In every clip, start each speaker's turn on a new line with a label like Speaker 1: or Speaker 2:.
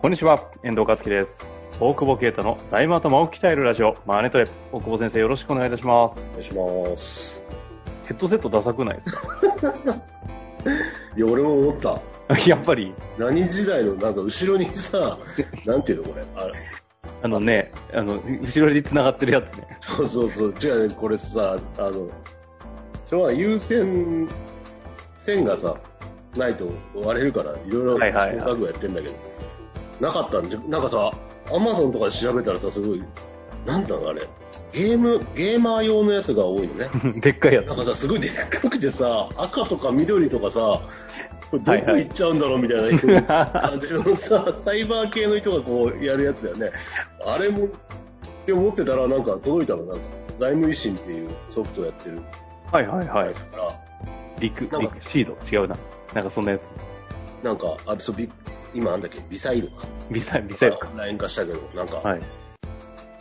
Speaker 1: こんにちは、遠藤和樹です。大久保啓太の財務頭を鍛えるラジオ、マネトレ。大久保先生、よろしくお願いいたします。
Speaker 2: お願いします。
Speaker 1: ヘッドセットダサくないですか
Speaker 2: いや、俺も思った。
Speaker 1: やっぱり、
Speaker 2: 何時代の、なんか後ろにさ、 なんていうのこれ。あれ
Speaker 1: あのね、あの、後ろで繋がってるやつね。
Speaker 2: そうそうそう。違うね、これさ、あの、昭和優先、線がさ、ないと割れるから、いろいろ
Speaker 1: は
Speaker 2: 試
Speaker 1: い
Speaker 2: 行
Speaker 1: はいはい
Speaker 2: 錯誤やってんだけど、なかったんじゃ、なんかさ、アマゾンとかで調べたらさ、すごい、なんだろうあれ、ゲーム、ゲーマー用のやつが多いのね。
Speaker 1: でっかいやつ。
Speaker 2: なんかさ、すごいでっかくてさ、赤とか緑とかさ、これどこ行っちゃうんだろうみたいな感じのさ、 サイバー系の人がこうやるやつだよね。あれも、って思ってたらなんか届いたの、なんか、財務維新っていうソフトをやってる
Speaker 1: はいはいはい
Speaker 2: 会社。から、
Speaker 1: リク、
Speaker 2: なんか
Speaker 1: リクシード。違うな。なんかそんなやつ。
Speaker 2: なんか、あそうビ今なんだっけ、ビサイドか。
Speaker 1: ビサ、ビサイドか。
Speaker 2: ライン化したけど、なんか、
Speaker 1: はい。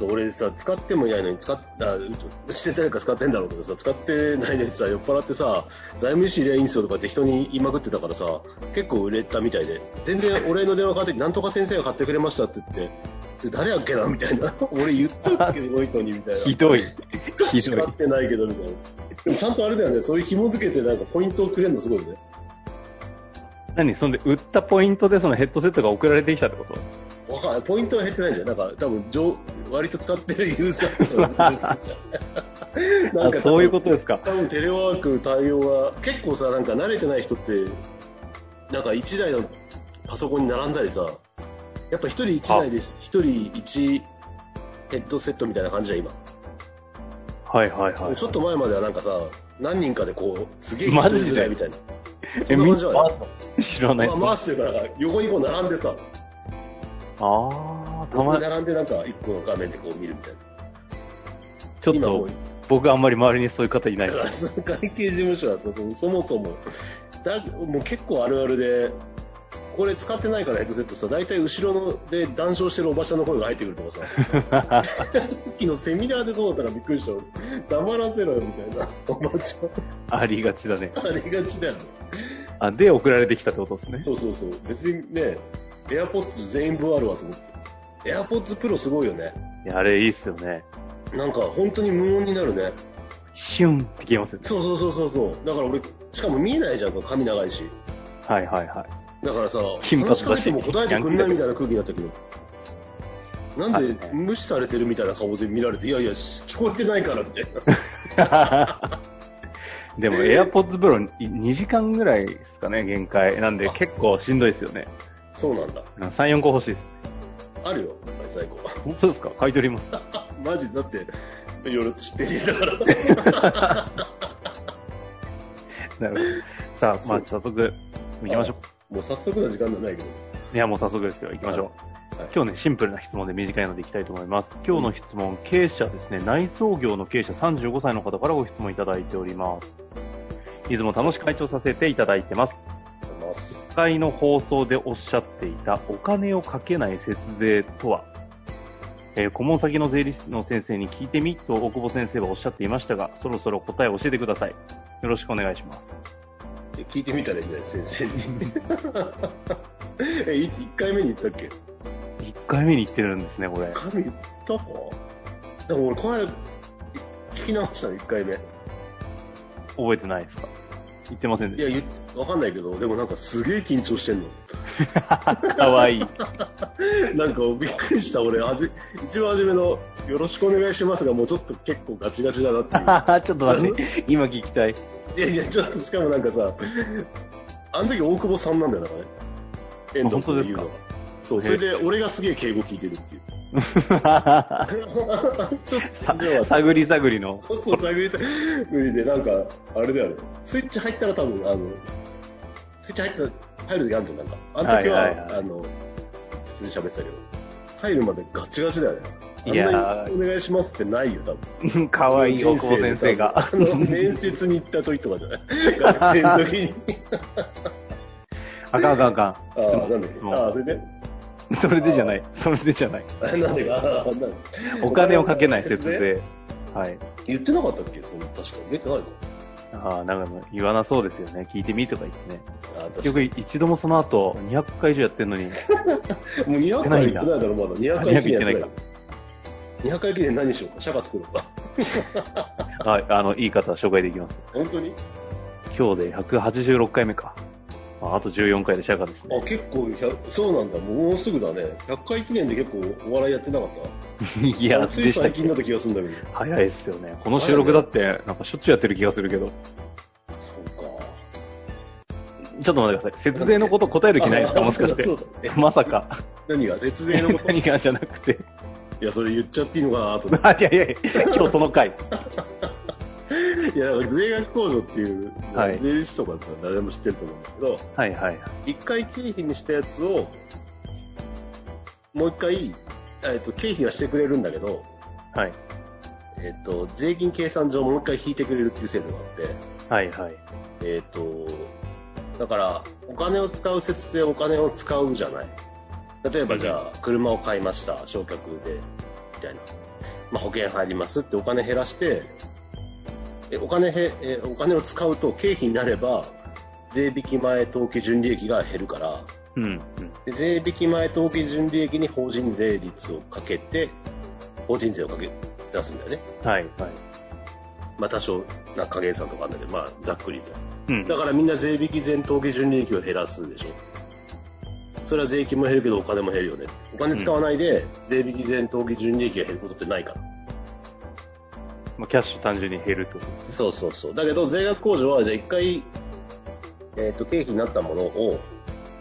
Speaker 2: 俺さ、使ってもいないのに、使っ、あ、ううちで誰か使ってんだろうけどさ、使ってないのにさ、酔っ払ってさ、財務士いりゃいいんすよとかって人に言いまくってたからさ、結構売れたみたいで、全然俺の電話かかってきて、なんとか先生が買ってくれましたって言って、それ誰やっけなみたいな。俺言ったっけど、この人に、みたいな。
Speaker 1: ひどい。ひどい
Speaker 2: 使。ってないけど、みたいな。でもちゃんとあれだよね、そういう紐付けてなんかポイントをくれるのすごいね。
Speaker 1: 何そんで、売ったポイントでそのヘッドセットが送られてきたってこと
Speaker 2: わかんない。ポイントは減ってないんじゃん。なんか、多分、上割と使ってるユーザーとかなんか多 分
Speaker 1: あそういうことですか。
Speaker 2: 多分テレワーク対応が結構さなんか慣れてない人ってなんか1台のパソコンに並んだりさやっぱ1人1台で1人1ヘッドセットみたいな感じだ今、
Speaker 1: はいはいはい
Speaker 2: ち。ょっと前まではなんかさ何人かでこうすげえ
Speaker 1: マ
Speaker 2: 人
Speaker 1: ジ
Speaker 2: ず
Speaker 1: で
Speaker 2: らいみたいな
Speaker 1: え、
Speaker 2: そんな
Speaker 1: みんな
Speaker 2: 感じじゃない
Speaker 1: 回すの知らないっす
Speaker 2: まあ回してるから横にこう並んでさ
Speaker 1: あー、た
Speaker 2: 横
Speaker 1: ま
Speaker 2: に、並んでなんか1個の画面でこう見るみたいな
Speaker 1: ちょっ
Speaker 2: 今も
Speaker 1: と
Speaker 2: う、
Speaker 1: 僕あんまり周りにそういう方いない
Speaker 2: だ
Speaker 1: で
Speaker 2: から
Speaker 1: す。
Speaker 2: その会計事務所はさそのそもそもだもう結構あるあるでこれ使ってないからヘッドセットさ大体後ろので談笑してるおばちゃんの声が入ってくるとかささっきのセミナーでそうだったらびっくりした黙らせろよみたいなおばち
Speaker 1: ありがちだね。
Speaker 2: ゃんありがちだよね
Speaker 1: あ、で、送られてきたってことですね。
Speaker 2: そうそうそう別にね AirPods 全部あるわと思って AirPods Pro すごいよね
Speaker 1: いや、あれいいっすよね。
Speaker 2: なんか本当に無音になるね
Speaker 1: ヒュンって消えますよね。
Speaker 2: そうそうそうそうそうだから俺しかも見えないじゃん髪長いし
Speaker 1: はいはいはい。
Speaker 2: だからさ、
Speaker 1: 金髪だ
Speaker 2: 話
Speaker 1: し
Speaker 2: しかけても答えてくんないみたいな空気になったけど、な
Speaker 1: ある
Speaker 2: ん
Speaker 1: ね
Speaker 2: で無視されてるみたいな顔で見られて、いやいや、聞こえてないからみたいな。
Speaker 1: でも、AirPods Pro 2時間ぐらいですかね、限界。なんで、
Speaker 2: あ
Speaker 1: 結構しんどいですよね。
Speaker 2: そうなんだ。
Speaker 1: 3、4個欲しいです。
Speaker 2: あるよ、在庫は。
Speaker 1: 本当ですか買い取ります。
Speaker 2: マジ、だって、いろいろ知ってるだから。
Speaker 1: なるほど。さあ、まあ、早速、行きましょ
Speaker 2: もう早速な時間じゃないけど。
Speaker 1: う。いや、もう早速ですよ。行きましょう。
Speaker 2: はいはい
Speaker 1: 今日ね、シンプルな質問で短いので行きたいと思います。今日の質問、経営者ですね、内装業の経営者35歳の方からご質問いただいております。いつも楽しく会長させていただいてます。
Speaker 2: ありがとうございます。
Speaker 1: 1回の放送でおっしゃっていたお金をかけない節税とは、えー顧問先の税理士の先生に聞いてみと大久保先生はおっしゃっていましたが、そろそろ答えを教えてください。よろしくお願いします。
Speaker 2: 聞いてみたらいいんじゃない先生に。 え、いつ1回目に言ったっけ
Speaker 1: 1回目に言ってるんですね、これ。
Speaker 2: 神言ったかでも俺、この間、聞き直したの、1回目。
Speaker 1: 覚えてないですか言ってません
Speaker 2: い
Speaker 1: で
Speaker 2: や、
Speaker 1: し
Speaker 2: 言ってわかんないけど、でもなんかすげえ緊張してんの。
Speaker 1: た。かわいい。
Speaker 2: なんかびっくりした俺はじ一番初めの「よろしくお願いします」がもうちょっと結構ガチガチだなっ
Speaker 1: ちょっと待って、今聞きたい。
Speaker 2: ていういやいやちょっとしかもなんかさあの時大久保さんなんだよなあれ遠藤君が言うのがそうそれで俺がすげえ敬語聞いてるっていう ちょっと面白かった
Speaker 1: 探り探り の。
Speaker 2: そうそう、探り探りで、なんか、あれだよね。スイッチ入ったら多分、あの、スイッチ入ったら、入るでやんじゃん、なんか。あの
Speaker 1: は
Speaker 2: 時は、
Speaker 1: いはいはい
Speaker 2: あの、普通に喋ってたけど、入るまでガチガチだよね。
Speaker 1: いやー
Speaker 2: あんなにお願いしますってないよ、多分。
Speaker 1: かわいい大久
Speaker 2: 人
Speaker 1: 保
Speaker 2: 生で
Speaker 1: 先生が。
Speaker 2: 多分あの、面接に行った時とかじゃない学生の時に。
Speaker 1: あかんあかんあか
Speaker 2: あ
Speaker 1: ん。質
Speaker 2: あ、なん
Speaker 1: 問
Speaker 2: だっ
Speaker 1: 質
Speaker 2: け。あ
Speaker 1: 問。
Speaker 2: あ、それで
Speaker 1: それでじゃない。それでじゃ ない。
Speaker 2: あなんでかああなんだ
Speaker 1: お金をかけない節税。はい。
Speaker 2: 言ってなかったっけその、確か。言ってないの
Speaker 1: ああ、なんか言わなそうですよね。聞いてみとか言ってね。
Speaker 2: ああ、
Speaker 1: 結
Speaker 2: 確か
Speaker 1: 局一度もその後200回以上やってんの に。
Speaker 2: もう200回行ってないだろ、まだ。200回記念やってないから。200回記念何しようか。社歌作ろうか。
Speaker 1: はい。あの、いい方紹介できます。
Speaker 2: 本当に
Speaker 1: 今日で186回目か。ああと14回で釈迦ですね。
Speaker 2: あ、結構100、そうなんだ。もうすぐだね。100回記念で結構お笑いやってなかった。
Speaker 1: いや、
Speaker 2: つい
Speaker 1: でしたっ
Speaker 2: 最近
Speaker 1: け
Speaker 2: だった気がするんだけど。
Speaker 1: 早いですよね。この収録だって、なんかしょっちゅうやってる気がするけど。ち
Speaker 2: そうか。
Speaker 1: ょっと待ってください。節税のこと答える気ないですか
Speaker 2: あ
Speaker 1: もしかして
Speaker 2: そ。うだそうだ え
Speaker 1: まさか。
Speaker 2: 何が節税のことい
Speaker 1: 何がじゃなくて。
Speaker 2: や、それ言っちゃって いいのかなと思っ
Speaker 1: あいやい やいや、今日その回。
Speaker 2: て。いや、なんか税額控除っていう、
Speaker 1: はい
Speaker 2: 税理士とかだったら誰でも知ってると思うんだけど、
Speaker 1: はいはい。
Speaker 2: 一回経費にしたやつを、もう一回、えっと、経費はしてくれるんだけど、
Speaker 1: はい。
Speaker 2: えっと、税金計算上もう一回引いてくれるっていう制度があって、
Speaker 1: はいはい。
Speaker 2: えっ、と、だから、お金を使う節税、お金を使うじゃない。例えばじゃあ、車を買いました、償却で、みたいな。まあ、保険入りますってお金減らして、えお金へえお金を使うと経費になれば、税引き前当期純利益が減るから、
Speaker 1: うん。うん
Speaker 2: で税引き前当期純利益に法人税率をかけて、法人税をかけ出すんだよね。
Speaker 1: はいはい。
Speaker 2: まあ、多少、な加減算とかあるんだけど、まあ、ざっくりと。
Speaker 1: うん
Speaker 2: だ。からみんな税引き前当期純利益を減らすでしょ。それは税金も減るけどお金も減るよね。お金使わないで税引き前当期純利益が減ることってないから。
Speaker 1: まあ、キャッシュ単純に減るってことです。
Speaker 2: そうそうそう。だけど税額控除はじゃあ一回、えっ、と、経費になったものを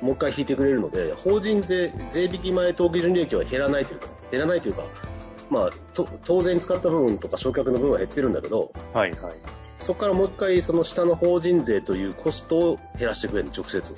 Speaker 2: もう一回引いてくれるので、法人税、税引き前当期純利益は減らないというか、減らないというか、まあ、と当然使った分とか償却の分は減ってるんだけど、
Speaker 1: はいはい。
Speaker 2: そこからもう一回その下の法人税というコストを減らしてくれるの、直接。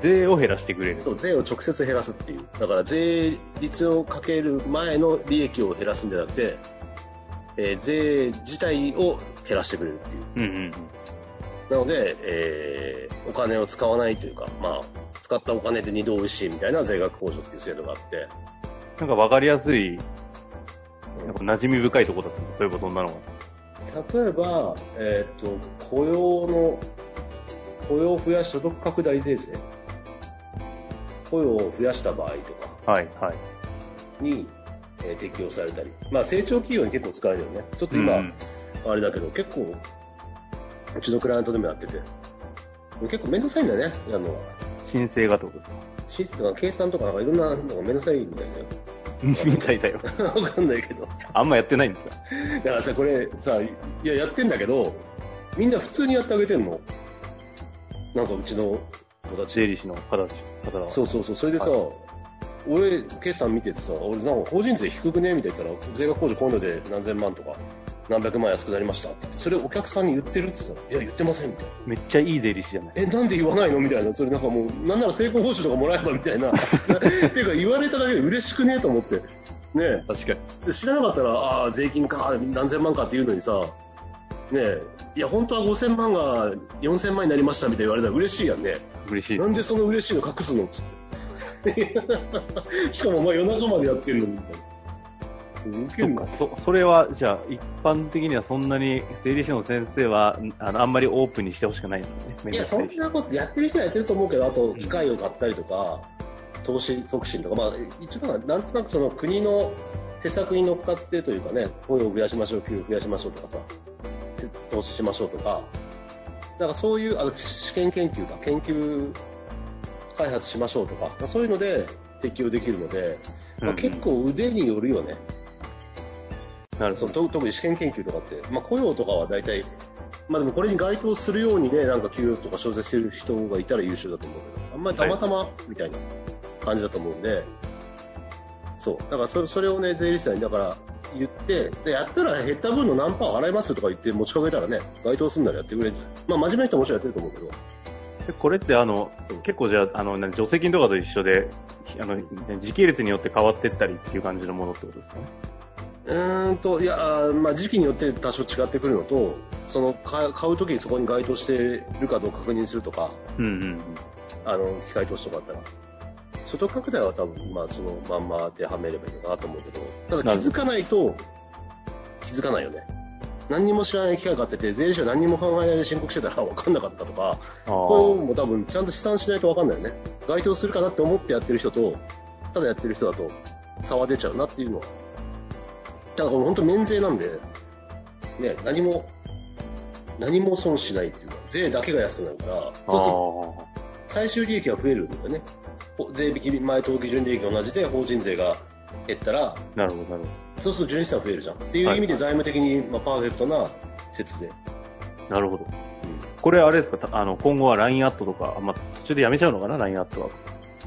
Speaker 1: 税を減らしてくれる。
Speaker 2: そう税を直接減らすっていう、だから税率をかける前の利益を減らすんじゃなくて、えー税自体を減らしてくれるっていう、
Speaker 1: うんうん
Speaker 2: なので、えーお金を使わないというか、まあ、使ったお金で二度おいしいみたいな税額控除っていう制度があって、
Speaker 1: なんかわかりやすい、なんか馴染み深いところだと、例えばどんなのが。
Speaker 2: 例えば、えー、と雇用の雇用を増やし所得拡大税制、雇用を増やした場合とか
Speaker 1: はいはい。
Speaker 2: に、えー適用されたり、まあ、成長企業に結構使えるよね、ちょっと今、
Speaker 1: うん
Speaker 2: あれだけど、結構、うちのクライアントでもやってて、結構面倒くさいんだよね。あの、
Speaker 1: 申請がってことですか
Speaker 2: システムが計算とかなんかいろんなのが面倒くさいみたいだよ。
Speaker 1: みたいだよ。
Speaker 2: わかんないけど。
Speaker 1: あんまやってないんですか
Speaker 2: だからさ、これさ、いや、やってんだけど、みんな普通にやってあげてんの。なんかうちの子た
Speaker 1: 税
Speaker 2: ち。
Speaker 1: 理士の方たち、方は。
Speaker 2: そうそうそう。それでさ、俺、決算見ててさ、俺なんか法人税低くねみたいな言ったら、税額控除こういうので何千万とか、何百万安くなりましたって。それお客さんに言ってるって言ってたら、いや、言ってませんみたいな。
Speaker 1: めっちゃいい税理士じゃない。
Speaker 2: え、なんで言わないのみたいな、それなんかもう、なんなら成功報酬とかもらえばみたいな、っていうか、言われただけで嬉しくねえと思って、ね
Speaker 1: 確かに。
Speaker 2: えで知らなかったら、ああ、税金か、何千万かっていうのにさ、ねえ、いや、本当は5000万が4000万になりましたみたいに言われたら嬉しいやんね。
Speaker 1: 嬉しいで
Speaker 2: な
Speaker 1: す。
Speaker 2: んでその嬉しいの隠すのつって。 しかも、お前夜中までやってんのみたいな。ウケ
Speaker 1: そ
Speaker 2: ん
Speaker 1: っ
Speaker 2: の
Speaker 1: か、そ、それは、じゃあ、一般的にはそんなに、税理士の先生は、んあの、あんまりオープンにしてほしくないんですよね。面
Speaker 2: いや、
Speaker 1: 倒くさ
Speaker 2: そ
Speaker 1: い
Speaker 2: ん
Speaker 1: し
Speaker 2: なことやってる人はやってると思うけど、あと機械を買ったりとか、投資促進とか、まあ、一応なんかなんとなくその国の施策に乗っかってというかね、雇用を増やしましょう、給与を増やしましょうとかさ、投資しましょうとか、なんかそういう、あの、試験研究か、研究開発しましょうとか、まあそういうので適用できるので、まあ、
Speaker 1: うん
Speaker 2: 結構腕によるよね。
Speaker 1: なる
Speaker 2: そ
Speaker 1: ほ
Speaker 2: の
Speaker 1: ど。
Speaker 2: と特に試験研究とかって、まあ、雇用とかは大体、まあ、でもこれに該当するようにね、なんか給与とか調整してる人がいたら優秀だと思うけど、あんまりたまたまみたいな感じだと思うんで、そう。だからそれ、それをね、税理士さんに、だから、言って、で、やったら減った分の何パー払いますとか言って持ちかけたらね、該当するならやってくれるんじゃないまあ、真面目な人はもちろんやってると思うけど、
Speaker 1: でこれってあの結構じゃああの何助成金とかと一緒であの時系列によって変わってったりっていう感じのものってことですかね。
Speaker 2: うーんと、いや、あーまあ、時期によって多少違ってくるのと、その、か買うときにそこに該当してるかどうか確認するとか、
Speaker 1: うんうんうん。
Speaker 2: あの、機械投資とかあったら。所得拡大は多分、まあ、そのまんま当てはめればいいのかなと思うけど、ただ気づかないと、気づかないよね。何にも知らない機械買ってて、税理士は何にも考えないで申告してたら分かんなかったとか、
Speaker 1: あ
Speaker 2: こういう
Speaker 1: ー
Speaker 2: のも多分ちゃんと試算しないと分かんないよね。該当するかなって思ってやってる人と、ただやってる人だと差は出ちゃうなっていうのは。ただこれ本当免税なんで、ね、何も、何も損しないっていうか、税だけが安くなるから、そうする
Speaker 1: あ
Speaker 2: と
Speaker 1: ー
Speaker 2: 最終利益が増えるんだよね。ほ税引き前当基準利益が同じで法人税が減ったら、
Speaker 1: なるほどなるほ
Speaker 2: そうすると純資産増えるじゃん。っていう意味で財務的に、まあ、パーフェクトな節税。
Speaker 1: どなるほど。これあれですかたあの今後は LINE アットとか、まあ、途中でやめちゃうのかな LINE アットは。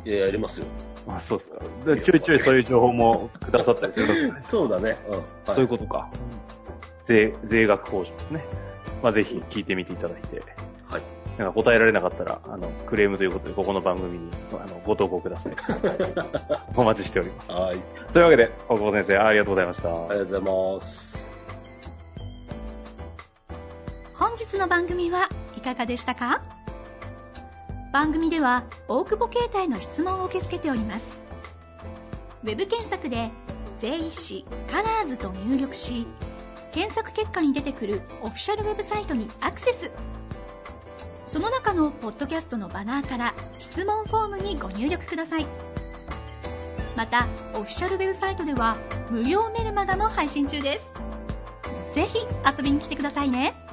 Speaker 2: いや、やりますよ。
Speaker 1: あそうですか。でちょいちょいそういう情報もくださったりするんですね
Speaker 2: そうだね。うん。は
Speaker 1: そういうことか。税税額控除ですね。まあぜひ聞いてみていただいて。
Speaker 2: はい。
Speaker 1: なんか答えられなかったら、あの、クレームということで、ここの番組に、あの、ご投稿ください。お待ちしております。
Speaker 2: はい。
Speaker 1: というわけで、大久保先生、ありがとうございました。
Speaker 2: ありがとうございます。
Speaker 3: 本日の番組はいかがでしたか番組では大久保携帯の質問を受け付けておりますウェブ検索で「税理士カラーズと入力し検索結果に出てくるオフィシャルウェブサイトにアクセスその中のポッドキャストのバナーから質問フォームにご入力くださいまたオフィシャルウェブサイトでは無料メルマガも配信中ですぜひ遊びに来てくださいね